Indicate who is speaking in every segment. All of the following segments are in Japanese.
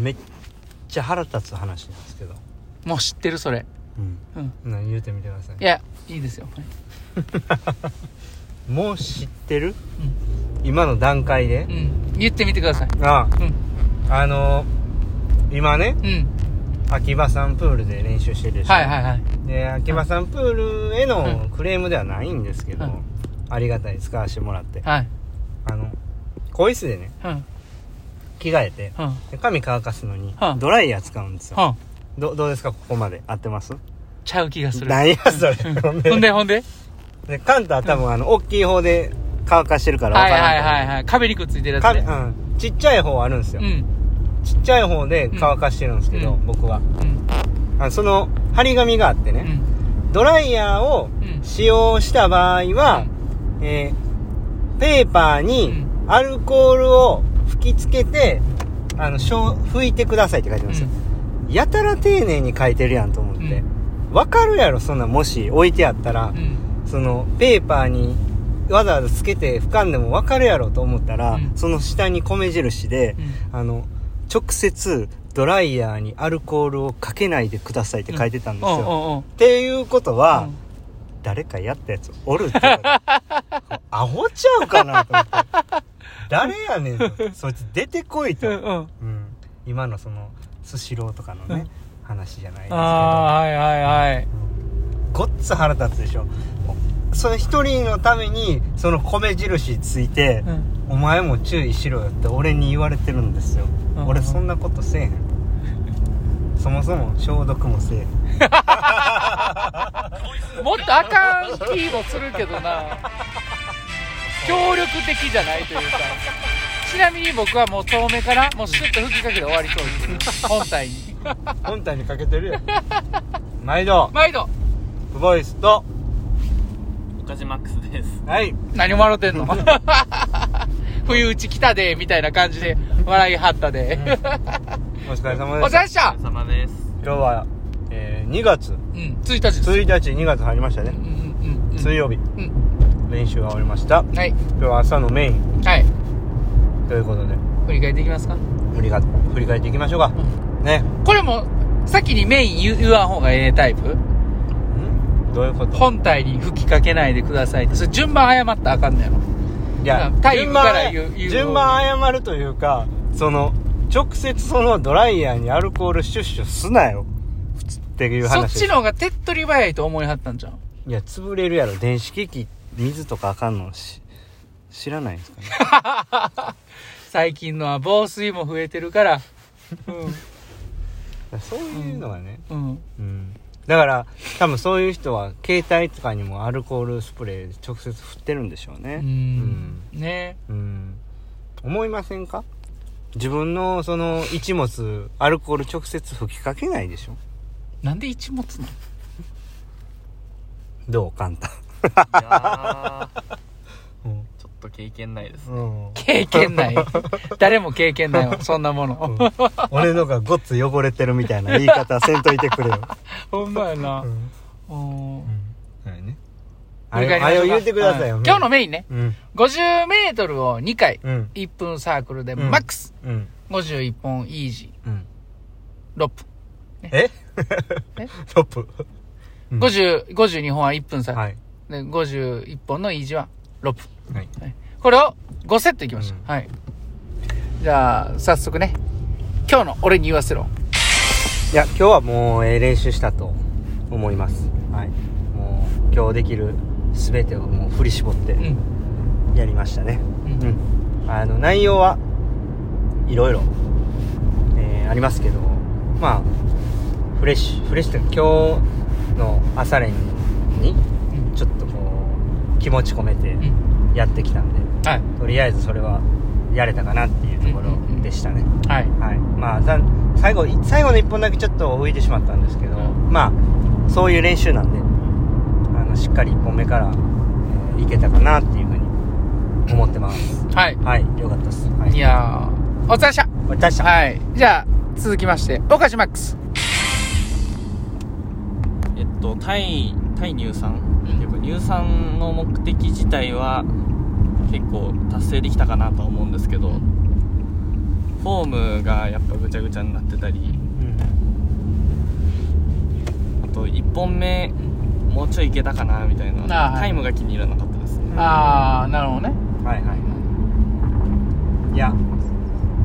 Speaker 1: めっちゃ腹立つ話なんですけど、
Speaker 2: もう知ってるそれ
Speaker 1: うん、
Speaker 2: うん
Speaker 1: な言うてみてください
Speaker 2: いやいいですよこれ
Speaker 1: もう知ってる、今の段階で
Speaker 2: う、ん言ってみてください
Speaker 1: あ
Speaker 2: うん
Speaker 1: あの今ね
Speaker 2: うん
Speaker 1: 秋葉山プールで練習してるでしょ、
Speaker 2: はいはいはい
Speaker 1: で秋葉山プールへ
Speaker 2: う
Speaker 1: のクレームではないんですけど、
Speaker 2: うん
Speaker 1: ありがたい使わせてもらって、
Speaker 2: はい
Speaker 1: あの更衣室でね
Speaker 2: うん
Speaker 1: 着替えて
Speaker 2: うん
Speaker 1: で髪乾かすのに
Speaker 2: うん
Speaker 1: ドライヤー使うんですよ、
Speaker 2: うん
Speaker 1: どどうですかここまで合ってます
Speaker 2: ちゃう気がする
Speaker 1: 何やそれ
Speaker 2: うん
Speaker 1: ほんで
Speaker 2: ほんでほんで
Speaker 1: でカンタは多分あの大きい方で乾かしてるから
Speaker 2: は
Speaker 1: 分
Speaker 2: い
Speaker 1: か
Speaker 2: は
Speaker 1: ら
Speaker 2: い
Speaker 1: んと思う
Speaker 2: はいはい壁にくっついてるやつ
Speaker 1: か
Speaker 2: ね
Speaker 1: うん、ちっちゃい方あるんですよ、
Speaker 2: うん
Speaker 1: ちっちゃい方で乾かしてるんですけど、
Speaker 2: うん
Speaker 1: 僕は
Speaker 2: うん
Speaker 1: あのその張り紙があって
Speaker 2: う
Speaker 1: ね、
Speaker 2: ん
Speaker 1: ドライヤーを
Speaker 2: うん
Speaker 1: 使用した場合は、えーペーパーにアルコールを吹きつけてあのしょう拭いてくださいって書いてますよ、やたら丁寧に書いてるやんと思って、わかるやろそんなもし置いてあったら、
Speaker 2: うんうん
Speaker 1: そのペーパーにわざわざつけて拭かんでもわかるやろと思ったら、
Speaker 2: うん
Speaker 1: その下に米印で、あの直接ドライヤーにアルコールをかけないでくださいって書いてたんですよ、
Speaker 2: うんうんうん
Speaker 1: っていうことは、
Speaker 2: うん
Speaker 1: 誰かやったやつおるって ことアホちゃうかなと思って誰やねんとそいつ出てこいと、
Speaker 2: うんう
Speaker 1: う
Speaker 2: ん
Speaker 1: ん今のそのスシローとかのね、話じゃないですけど
Speaker 2: ああーはいはいはい
Speaker 1: ごっつ腹立つでしょそれ一人のためにその米印ついて、
Speaker 2: うん
Speaker 1: お前も注意しろよって俺に言われてるんですよ、
Speaker 2: うん
Speaker 1: 俺そんなことせえへんそもそも消毒もせえへん
Speaker 2: もっとあかん気もするけどな協力的じゃないというかちなみに僕はもう遠目からもうシュッと吹きかけて終わりそうです本体に
Speaker 1: 本体にかけてるよ毎度
Speaker 2: 毎度
Speaker 1: クボイスと
Speaker 3: 岡島マックスです
Speaker 1: はい
Speaker 2: 何笑ってんの 冬打ち来たでみたいな感じで笑いはったで
Speaker 1: お疲れ様
Speaker 2: お
Speaker 1: で
Speaker 2: 疲
Speaker 1: した
Speaker 2: れっした
Speaker 3: お疲れ様です
Speaker 1: 今日は、えー、2月
Speaker 2: うん1日です
Speaker 1: 1日2月入りましたね
Speaker 2: うんうんうん
Speaker 1: 水曜日
Speaker 2: うん
Speaker 1: 練習が終わりました
Speaker 2: はい
Speaker 1: 今日は朝のメイン
Speaker 2: はい
Speaker 1: ということで
Speaker 2: 振り返っていきますか
Speaker 1: 振りが振り返っていきましょうかね
Speaker 2: これも先にメイン言言わん方がええタイプ
Speaker 1: んどういうこと
Speaker 2: 本体に吹きかけないでくださいってそれ順番誤ったらあかんのやろ
Speaker 1: いや
Speaker 2: タイ
Speaker 1: 順
Speaker 2: ム
Speaker 1: 番
Speaker 2: から言う言う
Speaker 1: 順番謝るというかその直接そのドライヤーにアルコールシュッシュすなよ普通っていう
Speaker 2: そっ
Speaker 1: 話
Speaker 2: ちの方が手っ取り早いと思いはったんじゃん
Speaker 1: いや潰れるやろ電子機器水とかあかんのし知らないんですかね
Speaker 2: 最近のは防水も増えてる から
Speaker 1: そういうのはね、
Speaker 2: うんうん
Speaker 1: うん、だから多分そういう人は携帯とかにもアルコールスプレー直接振ってるんでしょう
Speaker 2: う
Speaker 1: ね
Speaker 2: んね
Speaker 1: うん思いませんか自分のその一物アルコール直接吹きかけないでしょ
Speaker 2: なんで一物なの
Speaker 1: どう簡単、
Speaker 3: いや
Speaker 1: う
Speaker 3: ー
Speaker 1: ん
Speaker 3: ちょっと経験ないです
Speaker 1: うん、
Speaker 2: 経験ない誰も経験 ないわそんなもの、
Speaker 1: 俺のがごっつ汚れてるみたいな言い方せんといてくれよ、
Speaker 2: ほんまやな、
Speaker 1: ん
Speaker 2: おー
Speaker 1: はいねあ
Speaker 2: 振り
Speaker 1: れ
Speaker 2: 返
Speaker 1: あ
Speaker 2: りまし
Speaker 1: れ
Speaker 2: ょ
Speaker 1: を
Speaker 2: うか
Speaker 1: 言ってくださいよ、
Speaker 2: は今日のメインね
Speaker 1: うん
Speaker 2: 5 0ルを2回
Speaker 1: うん
Speaker 2: 1分サークルで
Speaker 1: うん
Speaker 2: マックス
Speaker 1: うん
Speaker 2: 51本イージ
Speaker 1: うん
Speaker 2: ー6分
Speaker 1: え
Speaker 2: え
Speaker 1: トップうん
Speaker 2: 50 52本は1分サークル、
Speaker 1: はい
Speaker 2: で51本のイージーは6分
Speaker 1: はい
Speaker 2: これを5セットいきましょう、
Speaker 1: うん
Speaker 2: はいじゃあ早速ね今日の俺に言わせろ
Speaker 1: いや今日はもう、えー練習したと思いますはいもう今日できる全てをもう振り絞って
Speaker 2: うん
Speaker 1: やりましたね
Speaker 2: うん
Speaker 1: うんあの内容はいろいろ、えーありますけどまあフレッシュフレッシュというか今日の朝練に
Speaker 2: うん
Speaker 1: ちょっとこう気持ち込めて
Speaker 2: うん
Speaker 1: やってきたんで
Speaker 2: はい
Speaker 1: とりあえずそれはやれたかなっていうところでしたね、
Speaker 2: はい
Speaker 1: はい、まあざ最後い最後の1本だけちょっと浮いてしまったんですけど、
Speaker 2: うん
Speaker 1: まあそういう練習なんであのしっかり1本目から、えーいけたかなっていうふうに思ってます
Speaker 2: はい
Speaker 1: はいよかったです、はい
Speaker 2: いやーお疲れっした
Speaker 1: お疲れ様でした
Speaker 2: はいじゃあ続きまして岡島マックス
Speaker 3: えっとタイタイ乳酸
Speaker 2: うん
Speaker 3: やっぱ乳酸の目的自体は結構達成できたかなとは思うんですけどフォフォームがやっぱぐちゃぐちゃになってたりあと1本目もうちょいいけたかなみたい
Speaker 2: あー
Speaker 3: な
Speaker 2: はい
Speaker 3: タイムが気に入らなかったですね
Speaker 2: ああなるほどね
Speaker 1: はいはいはいいや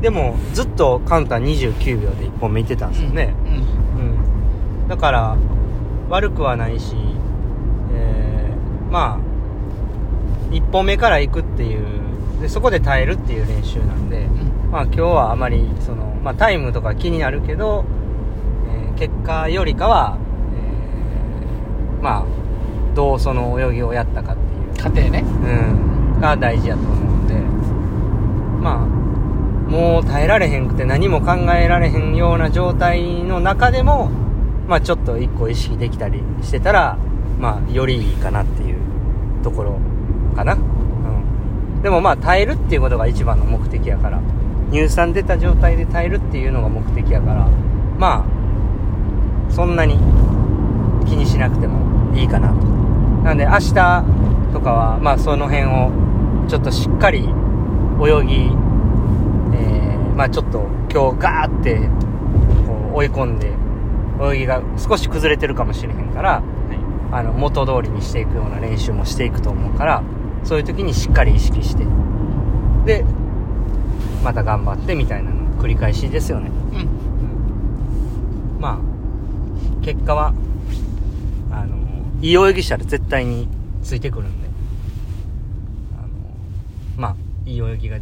Speaker 1: でもずっとカンタ29秒で1本目いってたんですよね、
Speaker 2: う
Speaker 1: う
Speaker 2: ん
Speaker 1: ん、だから悪くはないし、えーまあ1本目から行くっていうでそこで耐えるっていう練習なんで、
Speaker 2: うん
Speaker 1: まあ、今日はあまりその、まあ、タイムとか気になるけど、えー結果よりかは、えーまあどうその泳ぎをやったかっていう
Speaker 2: 家庭ね
Speaker 1: うん、が大事やと思うんで、まあ、もう耐えられへんくて何も考えられへんような状態の中でも、まあちょっと一個意識できたりしてたら、まあよりいいかなっていうところかな。うん。でもまあ耐えるっていうことが一番の目的やから、乳酸出た状態で耐えるっていうのが目的やから、まあ、そんなに気にしなくてもいいかなと。なんで明日とかは、まあその辺をちょっとしっかり泳ぎ、えーまあちょっと今日ガーってこう追い込んで、泳ぎが少し崩れてるかもしれへんから、
Speaker 3: は
Speaker 1: あの元通りにしていくような練習もしていくと思うから、そういう時にしっかり意識して、で、また頑張ってみたいなの繰り返しですよね。
Speaker 2: うん
Speaker 1: まあ、結果は、あの、いい泳ぎしたら絶対についてくるんで、あの、まあ、いい泳ぎが、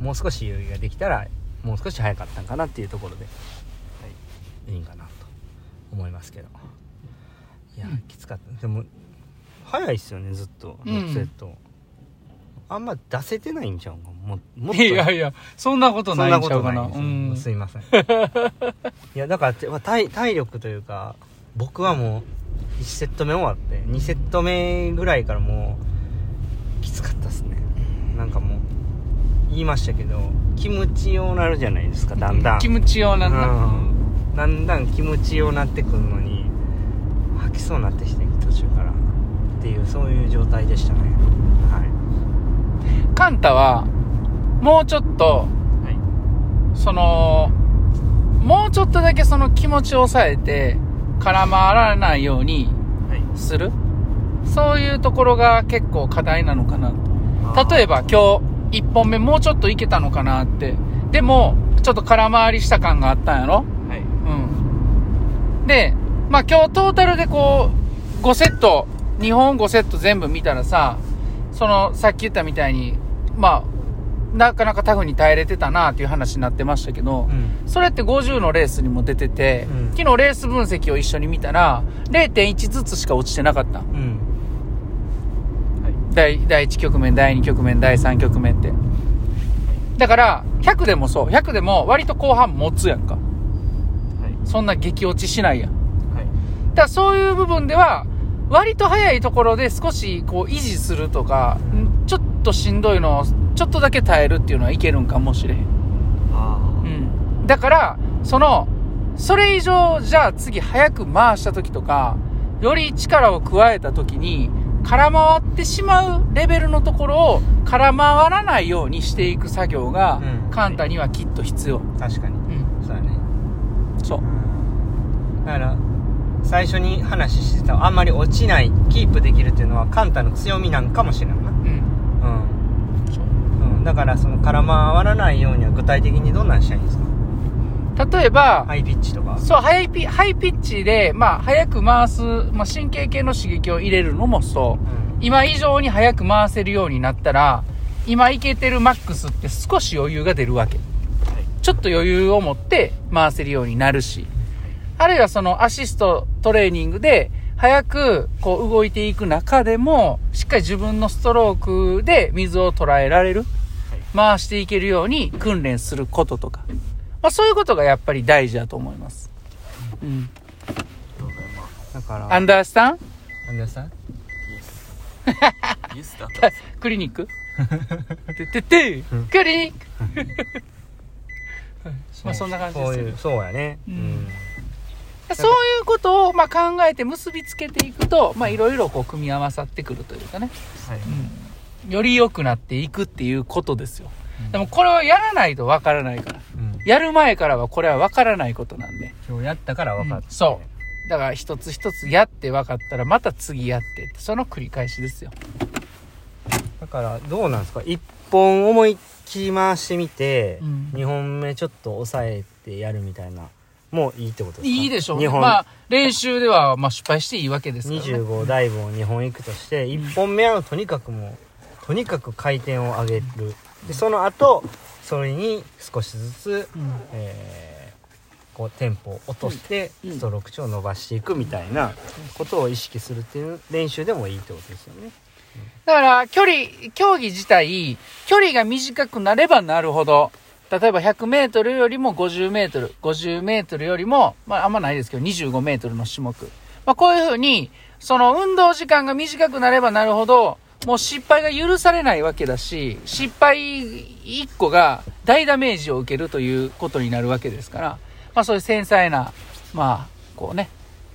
Speaker 1: もう少しいい泳ぎができたら、もう少し早かったんかなっていうところで、い、いんかなと思いますけど。いや、
Speaker 2: うん
Speaker 1: きつかった。でも、早いっすよね、ずっと、
Speaker 2: うん
Speaker 1: 6セット。あんま出せてないんちゃうんかももっ
Speaker 2: いやいやそんなこと
Speaker 1: そ
Speaker 2: なんい
Speaker 1: なんこ
Speaker 2: ちゃ
Speaker 1: と
Speaker 2: うか
Speaker 1: な
Speaker 2: ない
Speaker 1: です
Speaker 2: う
Speaker 1: よ
Speaker 2: ん
Speaker 1: すいませんいやだからてまあ体体力というか僕はもう1セット目終わって2セット目ぐらいからもうきつかったですねなんかもう言いましたけど気持ちようなるじゃないですかだんだん
Speaker 2: キムチ用なんだ
Speaker 1: うん、だんだん気持ちようなってくるのに吐きそうになってきて途中からっていうそういう状態でしたねは
Speaker 2: カンタはもうちょっと
Speaker 3: いはい
Speaker 2: そのもうちょっとだけその気持ちを抑えて絡まらないように
Speaker 3: はい
Speaker 2: するそういうところが結構課題なのかなと
Speaker 1: い
Speaker 2: 例えば今日1本目もうちょっといけたのかなってでもちょっと空回りした感があったんやろ
Speaker 3: はい
Speaker 2: うんでまあ今日トータルでこう5セット日本5セット全部見たらさそのさっき言ったみたいにまあなかなかタフに耐えれてたなっていう話になってましたけど、
Speaker 1: うん
Speaker 2: それって50のレースにも出てて、
Speaker 1: うん
Speaker 2: 昨日レース分析を一緒に見たら0.1ずつしか落ちてなかった
Speaker 1: うん
Speaker 2: 第第1局面第2局面第3局面ってだから100でもそう100でも割と後半持つやんか
Speaker 3: はい
Speaker 2: そんな激落ちしないやん
Speaker 3: はい
Speaker 2: だからそういう部分では割と早いところで少しこう維持するとかんちょっとしんどいのをちょっとだけ耐えるっていうのはいけるんかもしれへん
Speaker 3: あ
Speaker 2: うん、だからそのそれ以上じゃあ次早く回した時とかより力を加えた時に空回ってしまうレベルのところを空回らないようにしていく作業が
Speaker 1: うん
Speaker 2: 簡単にはきっと必要、
Speaker 1: 確かに
Speaker 2: うん、
Speaker 1: そうだね
Speaker 2: そう
Speaker 1: だから最初に話してたあんまり落ちないキープできるっていうのはカンタの強みなんかもしれんな
Speaker 2: うん
Speaker 1: うん、
Speaker 2: そう
Speaker 1: うん、だからその空回らないようには具体的にどんなんしたらいいんですか
Speaker 2: 例えば、
Speaker 1: ハイピッチとか
Speaker 2: そうハイピハイピッチで、まあ、早く回す、まあ、神経系の刺激を入れるのもそう
Speaker 1: うん
Speaker 2: 今以上に早く回せるようになったら今いけてるマックスって少し余裕が出るわけ、ちょっと余裕を持って回せるようになるしあるいはそのアシストトレーニングで早くこう動いていく中でもしっかり自分のストロークで水を捉えられる、回していけるように訓練することとか、まあ、そういうことがやっぱり大事だと思います、うん、
Speaker 1: だから
Speaker 2: アンダースタン
Speaker 1: 安田さん
Speaker 3: イエスイエスだったんですね
Speaker 2: クリニックてててクリニック まあそんな感じです
Speaker 1: そう
Speaker 2: よ
Speaker 1: いうそうや
Speaker 2: ね
Speaker 1: ね
Speaker 2: うんそういうことをまあ考えて結びつけていくとまあいろいろこう組み合わさってくるというかね、
Speaker 3: はい
Speaker 2: より良くなっていくっていうことですよ、でもこれはやらないとわからないから
Speaker 1: うん、
Speaker 2: やる前からはこれは分からないことなんで。
Speaker 1: 今日やったから分かった、
Speaker 2: うんそう。だから一つ一つやって分かったらまた次やってって、その繰り返しですよ。
Speaker 1: だからどうなんですか一本思いっきり回してみて、
Speaker 2: うん
Speaker 1: 二本目ちょっと抑えてやるみたいなもういいってことですか
Speaker 2: いいでしょう
Speaker 1: 二
Speaker 2: ね。
Speaker 1: 本、
Speaker 2: まあ、練習ではまあ失敗していいわけですからね。
Speaker 1: 25ダイブを2本行くとして1本目はとにかくもうとにかく回転を上げるでその後それに少しずつ、
Speaker 2: うん
Speaker 1: えーこうテンポを落として
Speaker 2: うん
Speaker 1: ストローク値を伸ばしていくみたいなことを意識するっていう練習でもいいってことですよね。
Speaker 2: だから、距離、競技自体、距離が短くなればなるほど、例えば100メートルよりも50メートル、50メートルよりも、まああんまないですけど、25メートルの種目。まあこういうふうに、その運動時間が短くなればなるほど、もう失敗が許されないわけだし、失敗1個が大ダメージを受けるということになるわけですから、まあそういう繊細な、まあ、こうね、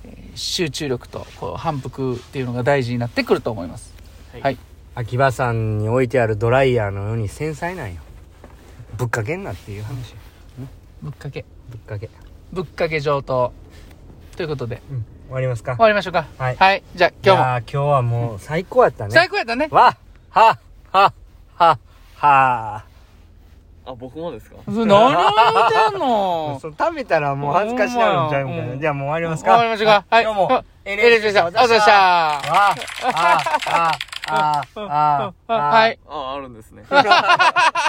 Speaker 2: えー集中力とこう反復っていうのが大事になってくると思います。
Speaker 3: はい
Speaker 2: はい
Speaker 1: 秋葉さんに置いてあるドライヤーのように繊細なんよ。ぶっかけんなっていう話。
Speaker 2: ぶっかけ
Speaker 1: ぶっかけ。
Speaker 2: ぶっかけ上等ということで
Speaker 1: うん、終わりますか
Speaker 2: 終わりましょうか
Speaker 1: はい
Speaker 2: じゃあ
Speaker 1: い
Speaker 2: 今日も
Speaker 1: やー今日はもう最高やったね。
Speaker 2: 最高やったね
Speaker 1: わはははは
Speaker 3: あ、僕もですか
Speaker 2: 何を言うてん
Speaker 1: もう
Speaker 2: の
Speaker 1: その食べたらもう恥ずかしなるんちゃうみたい
Speaker 2: うん
Speaker 1: な。
Speaker 2: うん
Speaker 1: じゃあもう終わります
Speaker 2: 終
Speaker 1: か
Speaker 2: わりましょうかはい
Speaker 1: 今日も
Speaker 2: エレベーターでしたありがとうございました
Speaker 1: わああああああ
Speaker 2: はい
Speaker 3: あ、あるんですね。